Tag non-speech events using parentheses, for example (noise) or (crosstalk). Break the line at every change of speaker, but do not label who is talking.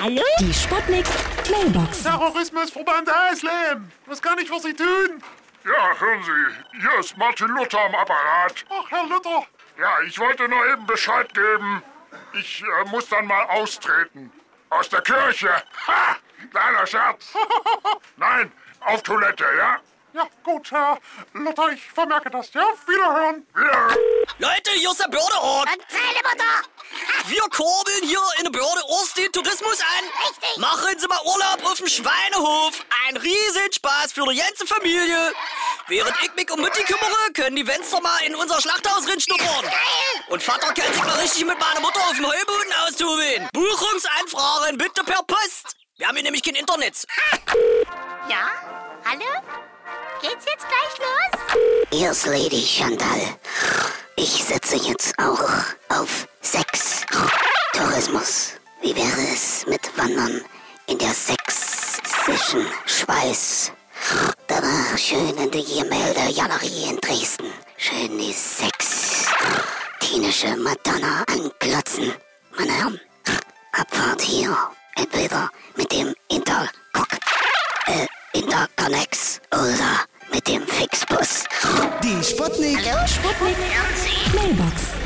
Hallo?
Die Sputnik Mailbox.
Terrorismusverband Haslam. Was kann ich für Sie tun?
Ja, hören Sie, hier ist Martin Luther am Apparat.
Ach, Herr Luther.
Ja, ich wollte nur eben Bescheid geben. Ich äh, muss dann mal austreten. Aus der Kirche. Ha! Kleiner Scherz. Nein, auf Toilette, ja?
Ja, gut, Herr Luther, ich vermerke das. Ja, wiederhören.
Wir.
Leute, hier ist der Bördeort.
Erzähl immer da! (laughs)
Wir kurbeln hier in der Börde Ost den Tourismus an.
Richtig.
Machen Sie mal Urlaub auf dem Schweinehof. Ein riesen Spaß für die ganze Familie. Während ich mich um Mutti kümmere, können die Fenster mal in unser Schlachthaus reinschnuppern.
Geil!
Und Vater kann sich mal richtig mit meiner Mutter auf dem Heuboden austoben. Buchungsanfragen bitte per Post. Wir haben hier nämlich kein Internet.
Ja? Hallo? Geht's jetzt gleich los?
Hier ist Lady Chantal. Ich setze jetzt auch auf Sex. Tourismus. Wie wäre es mit Wandern in der sächsischen Schweiz? Danach schön in die Gemäldegalerie in Dresden. Schön die sextinische Madonna anklotzen. Meine Herren, Abfahrt hier. Entweder mit dem Intercock, äh, Interconnex oder mit dem Fixbus.
Die Sputnik.
Sputnik Mailbox.